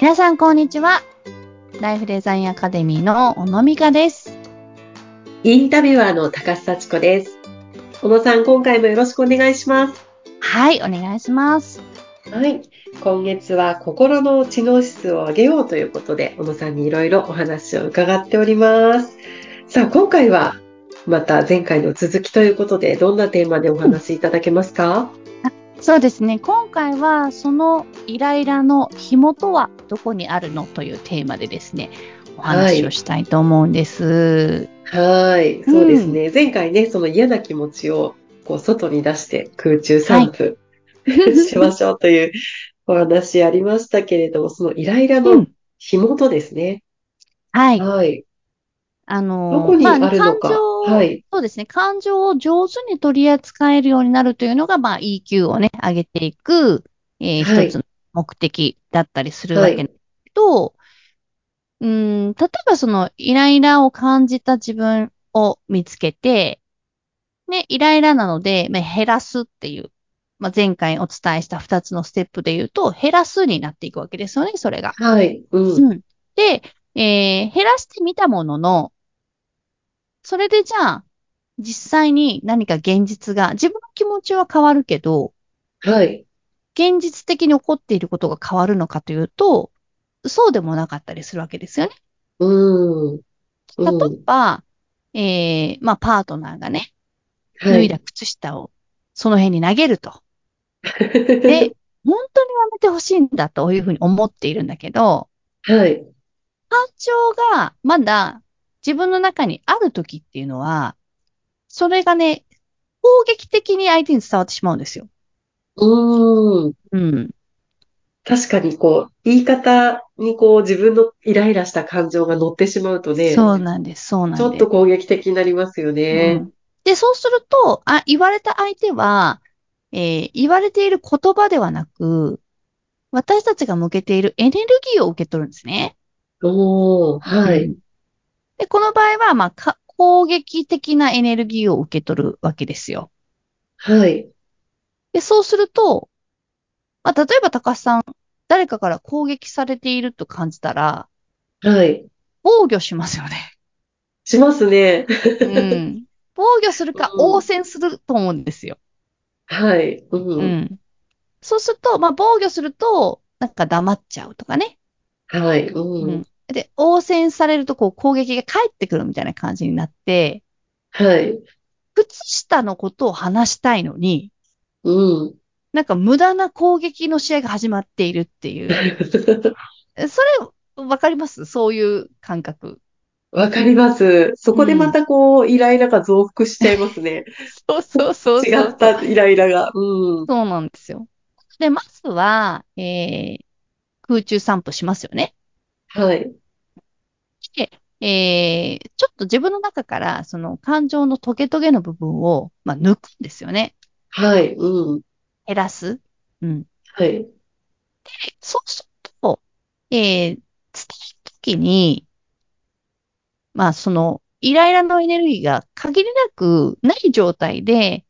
皆さん、こんにちは。ライフデザインアカデミーの小野美香です。インタビュアーの高須幸子です。小野さん、今回もよろしくお願いします。はい、お願いします。はい。今月は心の知能指数を上げようということで、小野さんにいろいろお話を伺っております。さあ、今回はまた前回の続きということで、どんなテーマでお話しいただけますか、そうですね。今回は、そのイライラの紐とはどこにあるのというテーマでですね、お話をしたいと思うんです。はい。そうですね。前回ね、その嫌な気持ちをこう外に出して空中散布、 しましょうというお話ありましたけれども、そのイライラうのん紐とですね。はい。はい。あのーどこにあるまの感か。情をはい。そうですね。感情を上手に取り扱えるようになるというのが、まあ、EQ をね、上げていく、えーはい一つの目的だったりするわけなんですけど、うーん、例えばその、イライラを感じた自分を見つけて、ね、イライラなので、まあ、減らすっていう、まあ、前回お伝えした二つのステップで言うと、減らすになっていくわけですよね、それが。はい。うん。うん。で、えー減らしてみたものの、それでじゃあ、実際に何か現実が、自分の気持ちは変わるけど、はい。現実的に起こっていることが変わるのかというと、そうでもなかったりするわけですよね。うん。う例えん。ば、えーまあ、パートナーがね、は脱いい。 だ靴下をその辺に投げると。で、本当にやめてほしいんだというふうに思っているんだけど、はい。感情がまだ自分の中にある時っていうのは、それがね、攻撃的に相手に伝わってしまうんですよ。うん。うん。確かにこう、言い方にこう、自分のイライラした感情が乗ってしまうとね、そうなんです、そうなんです。ちょっと攻撃的になりますようね。んで、そうすると、あ、言われた相手は、えー言われている言葉ではなく、私たちが向けているエネルギーを受け取るんですね。おー、はうい。んで、この場合は、まあか、攻撃的なエネルギーを受け取るわけですよ。はい。で、そうすると、まあ、例えば高橋さん、誰かから攻撃されていると感じたら、はい。防御しますよね。しますね。うん。防御するかうん応戦すると思うんですよ。はい。う。うんん。そうすると、まあ、防御すると、なんか黙っちゃうとかね。はい。ううんん。。で、応戦されると、こう、攻撃が返ってくるみたいな感じになって、はい。靴下のことを話したいのに、うん。なんか無駄な攻撃の試合が始まっているっていう。えそれ、わかりますそういう感覚。わかります。そこでまたこう、イライラが増幅しちゃいますね。そうそう そうそう。違ったイライラが。うん。そうなんですよ。で、まずは、えー、空中散歩しますよね。はい。で、えー、ちょっと自分の中から、その感情のトゲトゲの部分を、まあ、抜くんですよね。はい。うん。減らす。うん。ではい。そうすると、えー、伝えるときに、まあ、その、イライラのエネルギーが限りなくない状態で、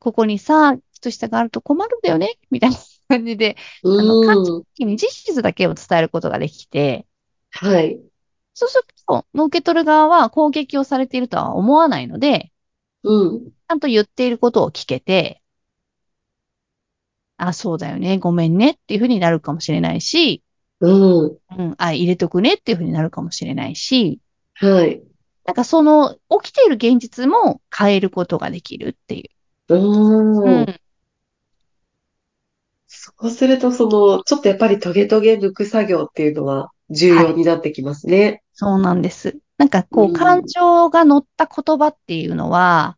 ここにさ、靴下があると困るんだよねみたいな感じで、あの感うん。時に事実だけを伝えることができて、はい。そうすると、もう受け取る側は攻撃をされているとは思わないので、うん。ちゃんと言っていることを聞けて、あ、そうだよね、ごめんねっていうふうになるかもしれないし、うん。うん、あ、入れとくねっていうふうになるかもしれないし、はい。なんかその起きている現実も変えることができるっていうう。うんん。そうすると、その、ちょっとやっぱりトゲトゲ抜く作業っていうのは重要になってきますね。そうなんです。なんかこうう、ん感情が乗った言葉っていうのは、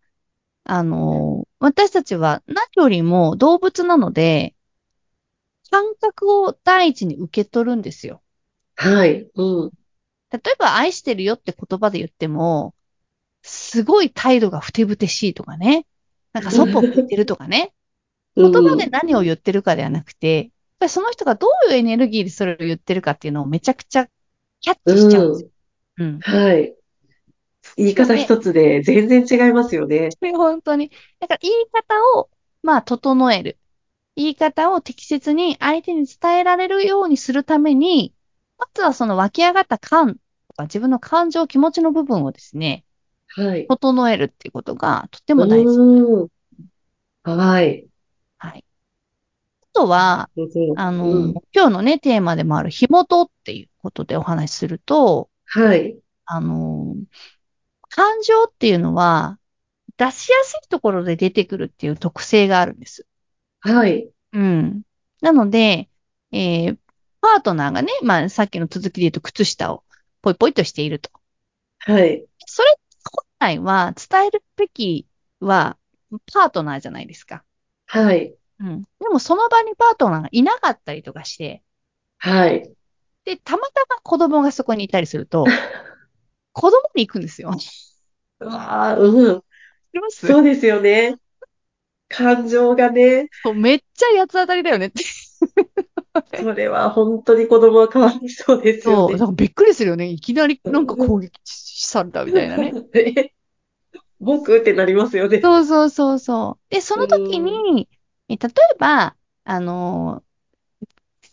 あの、私たちは何よりも動物なので、感覚を第一に受け取るんですよ。はい。うん。例えば、愛してるよって言葉で言っても、すごい態度がふてぶてしいとかね。なんか、そっぽ向いてるとかね。言言葉で何を言ってるかではなくて、やっぱりその人がどういうエネルギーでそれを言ってるかっていうのをめちゃくちゃキャッチしちゃうんですよ。うん。はい。言い方一つで全然違いますよね。本当に。だから言い方を、まあ、整える。言い方を適切に相手に伝えられるようにするために、まずはその湧き上がった感とか、自分の感情、気持ちの部分をですね、はい。整えるっていうことがとてでも大事。事。はい。はい。あとは、あの、うん今日のね、テーマでもある、紐とっていうことでお話しすると、はい。あの、感情っていうのは、出しやすいところで出てくるっていう特性があるんです。はい。うん。なので、えーパートナーがね、まあ、さっきの続きで言うと、靴下をポイポイとしていると。はい。それ、本来は伝えるべきは、パートナーじゃないですか。はい。うん。でも、その場にパートナーがいなかったりとかして、はい。で、たまたま子供がそこにいたりする と、子供に行くんですよ。うわーうん。いますそうですよね。感情がね、そうめっちゃ八つ当たりだよねって。それは本当に子供はかわいそうですよそう、ね。なんかびっくりするよね。いきなりなんか攻撃しされたみたいなね。え 僕ってなりますよね。そうそうそうそう。で、その時に、え例えば、あのー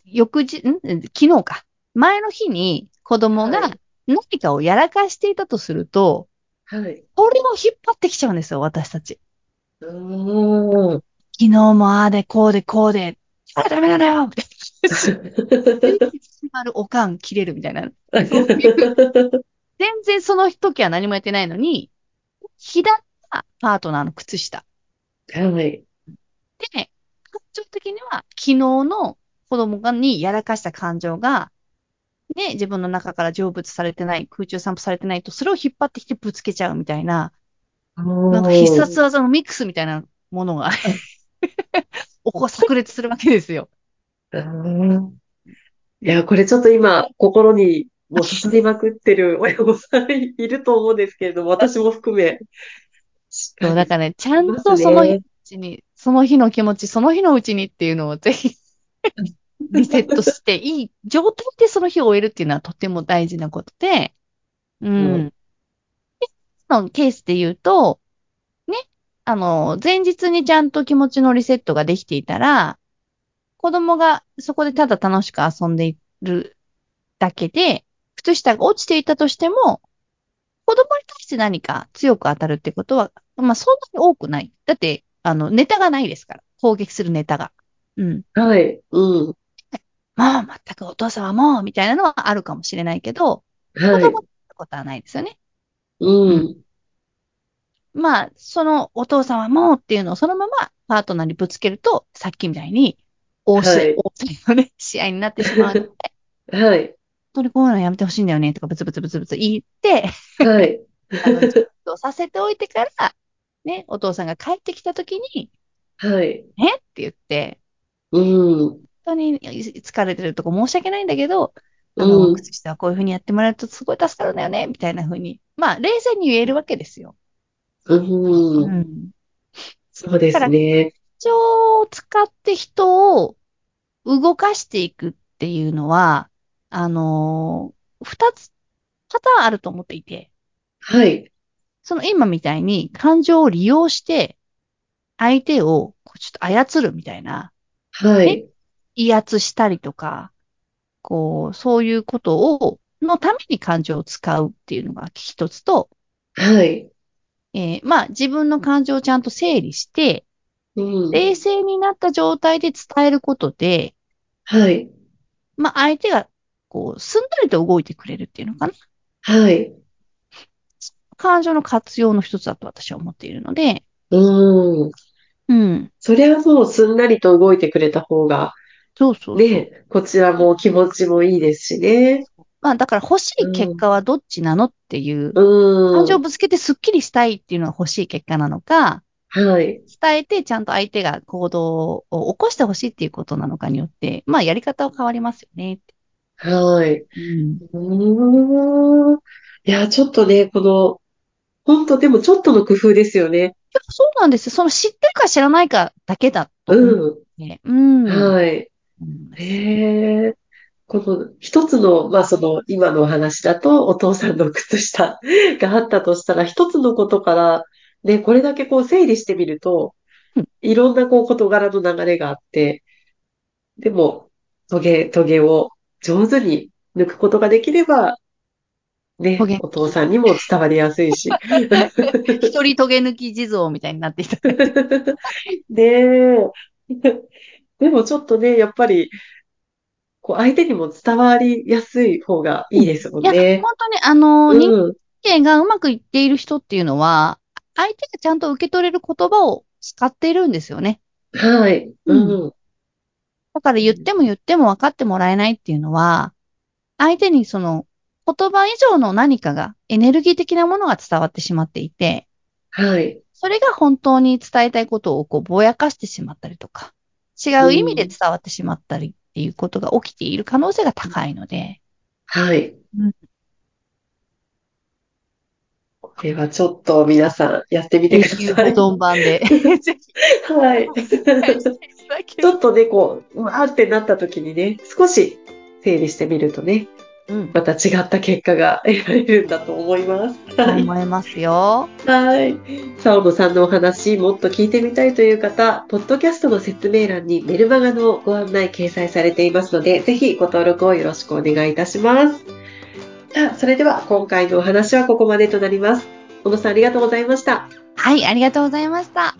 翌日、ん昨日か。前の日に子供はがい何かをやらかしていたとすると、はい。これを引っ張ってきちゃうんですよ、私たち。う ーん。昨日もああでこうでこうで、あ、ダメだよみ たいな。始まるおかん切れるみたいな。全然その時は何もやってないのに、左がパートナーの靴下。はい。で、感情的には昨日の子供がにやらかした感情が、ね、自分の中から成仏されてない、空中散布されてないと、それを引っ張ってきてぶつけちゃうみたいな、なんか必殺技のミックスみたいなものが、 おこ、炸裂するわけですよ。うんいや、これちょっと今、心にもう刺さりまくってる親御さんいると思うんですけれども、私も含め。そう、だからね、ちゃんそとうですそねの日のうちに、その日の気持ち、その日のうちにっていうのをぜひリセットして、いい状態でその日を終えるっていうのはとても大事なことで、うん。うでのケースで言うと、ね、あの、前日にちゃんと気持ちのリセットができていたら、子供がそこでただ楽しく遊んでいるだけで、靴下が落ちていたとしても、子供に対して何か強く当たるってことは、まあそんなに多くない。だって、あの、ネタがないですから。攻撃するネタが。うん。はい。うん。まあ、全くお父さんはもう、みたいなのはあるかもしれないけど、子はい。供ってことはないですよね。うん。まあ、そのお父さんはもうっていうのをそのままパートナーにぶつけると、さっきみたいに、大試合、はい大試合のね、試合になってしまうので、はい。本当にこういうのやめてほしいんだよね、とか、ブツブツブツブツ言って、はい。あの、ちょっとさせておいてから、ね、お父さんが帰ってきた時に、はい。ねって言って、うん。本当に疲れてるとこ申し訳ないんだけど、あの、うん靴下はこういうふうにやってもらえるとすごい助かるんだよね、みたいなふうに。まあ、冷静に言えるわけですよ。うん。ん。そうですね。一応を使って人を動かしていくっていうのは、あのー二つパターンあると思っていて、はい。その今みたいに感情を利用して、相手をこうちょっと操るみたいな、はい。威圧したりとか、こう、そういうことを、のために感情を使うっていうのが一つと、はい。えーまあ自分の感情をちゃんと整理して、うん。冷静になった状態で伝えることで、はい。まあ相手が、こう、すんなりと動いてくれるっていうのかな。はい。感情の活用の一つだと私は思っているので、うん。うん。そりゃそう、すんなりと動いてくれた方が、そうそうそう。ね、こちらも気持ちもいいですしね。まあだから欲しい結果はどっちなのっていう、うん。感情をぶつけてスッキリしたいっていうのは欲しい結果なのか、はい。伝えてちゃんと相手が行動を起こしてほしいっていうことなのかによって、まあやり方は変わりますよね。はい。うん。うーん。いや、ちょっとね、この、ほんと、でもちょっとの工夫ですよね。そうなんですよ。その知ってるか知らないかだけだと思ううん。んで。うん。はい。うんへえ。この一つの、まあその、今のお話だと、お父さんの靴下 があったとしたら、一つのことから、ね、これだけこう整理してみるとうん、いろんなこう事柄の流れがあって、でも、トゲ、トゲを上手に抜くことができれば、ねトゲ、お父さんにも伝わりやすいし。 一人トゲ抜き地蔵みたいになってきた。 ねえ。でもちょっとね、やっぱり、こう相手にも伝わりやすい方がいいですもんいや、ね。本当に、あの、人間うん、関係がうまくいっている人っていうのは、相手がちゃんと受け取れる言葉を使っているんですよね。はい。うん。だから言っても言っても分かってもらえないっていうのは、相手にその言葉以上の何かが、エネルギー的なものが伝わってしまっていて、はい。それが本当に伝えたいことをこうぼやかしてしまったりとか、違う意味で伝わってしまったりっていうことが起きている可能性が高いので、はいうん。これはちょっと皆さんやってみてくだ有 さ言い。番で。ぜひ はい。ちょうっとね、こう、うわーってなった時にね、少し整理してみるとね、ん、また違った結果が得られるんだと思います。はい。思いますよ。はい。さおのさんのお話、もっと聞いてみたいという方、ポッドキャストの説明欄にメルマガのご案内掲載されていますので、ぜひご登録をよろしくお願いいたします。さあ、それでは今回のお話はここまでとなります。小野さんありがとうございました。はい、ありがとうございました。